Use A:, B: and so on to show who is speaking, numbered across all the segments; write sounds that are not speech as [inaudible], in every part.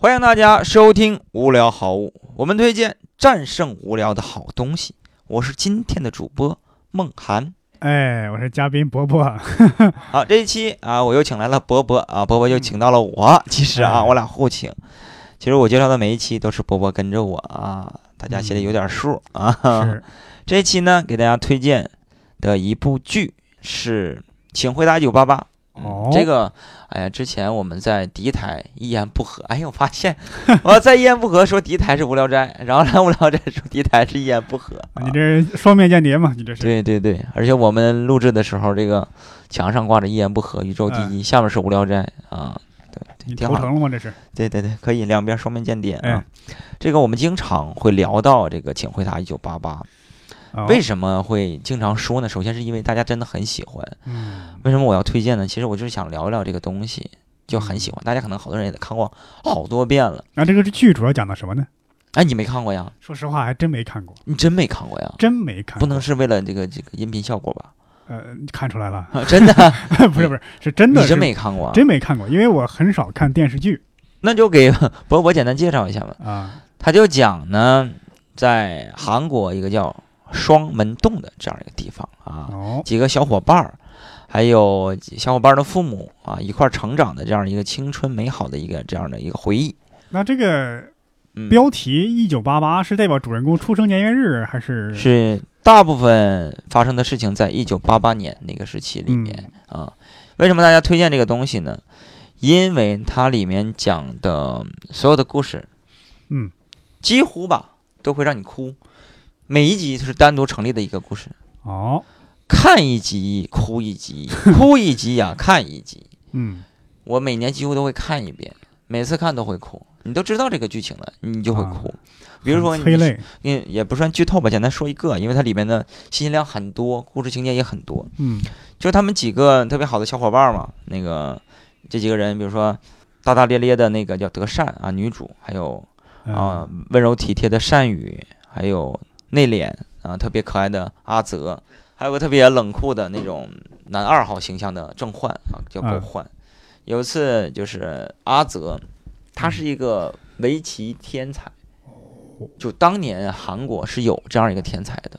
A: 欢迎大家收听《无聊好物》，我们推荐战胜无聊的好东西。我是今天的主播梦涵。
B: 哎，我是嘉宾伯啊伯，
A: 好，这一期啊，我又请来了伯伯啊，伯伯又请到了我。 [laughs] 其实啊，
B: 哎
A: 我俩互请。其实我介绍的每一期都是伯伯跟着我啊，大家心里有点数啊。
B: 是
A: 这一期呢，给大家推荐的一部剧是《请回答一九八八》。嗯
B: 哦，
A: 这个，哎呀，之前我们在敌台一言不合， [laughs] 哎，我发现我要再一言不合说敌台是无聊斋，然后来无聊斋说敌台是一言不合。
B: 啊你这是双面间谍嘛？你这是
A: 对对对，而且我们录制的时候，这个墙上挂着“一言不合，宇宙第一”，下面是无聊斋啊。
B: 哎你
A: 挺
B: 投
A: 好
B: 诚了吗？这是
A: 对对对，可以两边双面间谍啊
B: 哎。
A: 这个我们经常会聊到这个《请回答一九八八》，
B: 哦
A: 为什么会经常说呢？首先是因为大家真的很喜欢，
B: 嗯
A: 为什么我要推荐呢？其实我就是想聊一聊这个东西，就很喜欢。大家可能好多人也看过好多遍了。
B: 那这个剧主要讲的什么呢？
A: 哎，你没看过呀？
B: 说实话，还真没看过，
A: 你真没看过呀？
B: 真没看过，
A: 不能是为了这个这个音频效果吧？
B: 呃，你看出来了， [laughs]
A: 啊真的，
B: 不是不是，是真的
A: 你
B: 是
A: 真没看过啊？
B: 真没看过，因为我很少看电视剧
A: 那就给 [laughs] 伯伯简单介绍一下吧。
B: 啊。
A: 他就讲呢，在韩国一个叫双门洞的这样一个地方啊，
B: 哦，
A: 几个小伙伴儿，还有小伙伴儿的父母啊，一块儿成长的这样一个青春美好的一个这样的一个回忆。
B: 那这个
A: 嗯，
B: 标题“一九八八”是代表主人公出生年月日，还是
A: 是大部分发生的事情在一九八八年那个时期里面、
B: 嗯
A: 啊。为什么大家推荐这个东西呢？因为它里面讲的所有的故事，
B: 嗯，
A: 几乎吧都会让你哭。每一集是单独成立的一个故事，
B: 哦，
A: 看一集哭一
B: [laughs]
A: 集，哭一集呀、看一集。
B: 嗯，
A: 我每年几乎都会看一遍，每次看都会哭。你都知道这个剧情了，你就会
B: 啊
A: 哭。比如说
B: 很
A: 你
B: 催泪，
A: 嗯，也不算剧透吧，简单说一个，因为它里面的信息量很多，故事情节也很多。
B: 嗯
A: 就是他们几个特别好的小伙伴嘛，那个这几个人，比如说大大咧咧的那个叫德善啊，女主，还有啊、
B: 嗯
A: 温柔体贴的善宇，还有内敛啊特别可爱的阿泽，还有个特别冷酷的那种男二号形象的郑焕啊，叫狗
B: 嗯
A: 焕。有一次就是阿泽，他是一个围棋天才，就当年韩国是有这样一个天才的。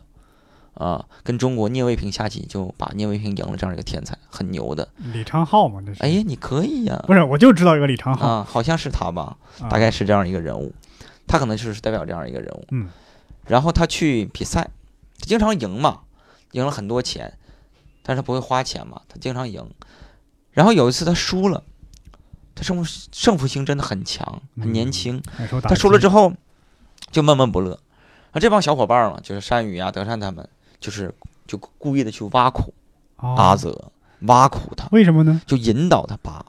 A: 啊，跟中国聂卫平下棋就把聂卫平赢了，这样一个天才，很牛的。
B: 李昌镐嘛，这是
A: 哎，你可以呀、
B: 不是，我就知道一个李昌镐，
A: 啊，好像是他吧，
B: 啊
A: 大概是这样一个人物，他可能就是代表这样一个人物。
B: 嗯，
A: 然后他去比赛，他经常赢嘛，赢了很多钱，但是他不会花钱嘛，他经常赢。然后有一次他输了，他胜负胜负心真的很强，很年
B: 嗯
A: 轻，
B: 那时候打
A: 他输了
B: 击
A: 之后就闷闷不乐。啊，这帮小伙伴儿嘛，就是善宇啊、德善他们，就是就故意的去挖苦
B: 哦
A: 阿泽，挖苦他，
B: 为什么呢？
A: 就引导他吧，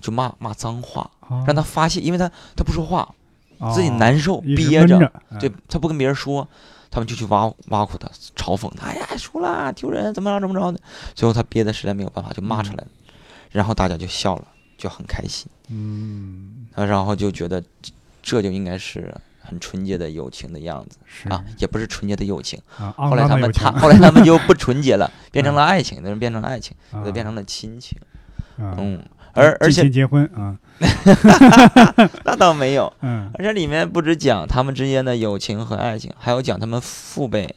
A: 就骂骂脏话，
B: 哦
A: 让他发泄，因为他他不说话，
B: 哦
A: 自己难受，
B: 一直
A: 憋
B: 闷
A: 着，
B: 着，嗯
A: 对他不跟别人说，他们就去挖挖苦他，嘲讽他，哎呀，输了，丢人，怎么着怎么着的。最后他憋的实在没有办法，就骂出来了，然后大家就笑了，就很开心，
B: 嗯，
A: 啊然后就觉得这这就应该是很纯洁的友情的样子
B: 是
A: 啊，也不是纯洁的友情。
B: 啊，
A: 后来他们他
B: 他
A: 后来他们就
B: [laughs]
A: 不纯洁了，变成了爱情，有的人变成了爱情，有
B: 啊
A: 的变成了亲情，
B: 嗯，
A: 嗯，而而
B: 近
A: 且
B: 亲结婚啊，
A: 那倒没有，
B: 嗯
A: 而且里面不止讲他们之间的友情和爱情，还有讲他们父辈、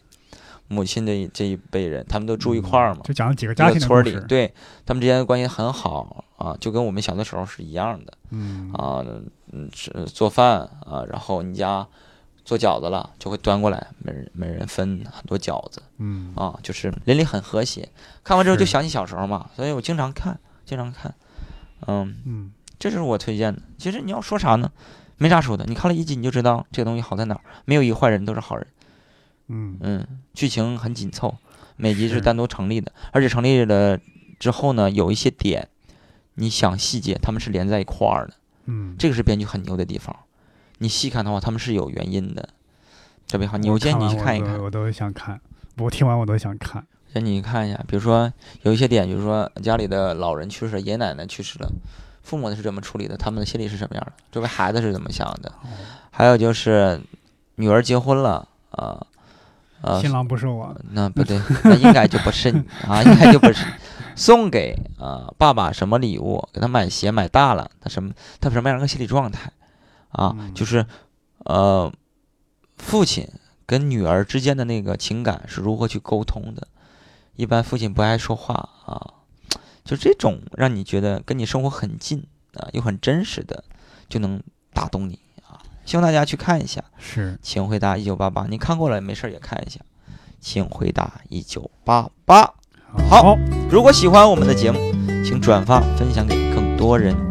A: 母亲这一这一辈人，他们都住一块儿嘛，
B: 嗯就讲了几个
A: 一
B: 家
A: 个
B: 庭的
A: 村儿
B: 故
A: 里
B: 事，，
A: 对他们之间的关系很好啊，就跟我们小的时候是一样的
B: 嗯
A: 啊，嗯，吃做饭啊，然后你家做饺子了，就会端过来，每人每人分很多饺子
B: 嗯
A: 啊，就是邻里很和谐。看完之后就是想起小时候嘛，所以我经常看，经常看，嗯，
B: 嗯，
A: 这就是我推荐的。其实你要说啥呢？没啥说的，你看了一集你就知道这个东西好在哪儿，没有一个坏人都是好人。
B: 嗯，
A: 嗯，剧情很紧凑，每集是
B: 是
A: 单独成立的，而且成立了之后呢，有一些点，你想细节，他们是连在一块儿的，
B: 嗯，
A: 这个是编剧很牛的地方。你细看的话，他们是有原因的，特别好。你
B: 我
A: 有建议你
B: 完
A: 去
B: 我
A: 看一
B: 都
A: 看，
B: 我都想看，我听完我都想看，
A: 建议你看一下。比如说有一些点，比如说家里的老人去世，爷爷奶奶去世了，父母是怎么处理的，他们的心理是什么样的，周围孩子是怎么想的。
B: 哦
A: 还有就是女儿结婚了啊，呃
B: 新，郎不是我，
A: 那不对，那应该就不是你啊，应该就不是你。送给呃啊、爸爸什么礼物？给他买鞋买大了，他什么他什么样一个心理状态啊，
B: 嗯
A: 就是呃，父亲跟女儿之间的那个情感是如何去沟通的。一般父亲不爱说话啊，就这种让你觉得跟你生活很近啊，又很真实的，就能打动你啊。希望大家去看一下《
B: 是
A: 请回答一九八八》，你看过了没事儿也看一下《请回答一九八八》。好
B: 好
A: 如果喜欢我们的节目，请转发分享给更多人。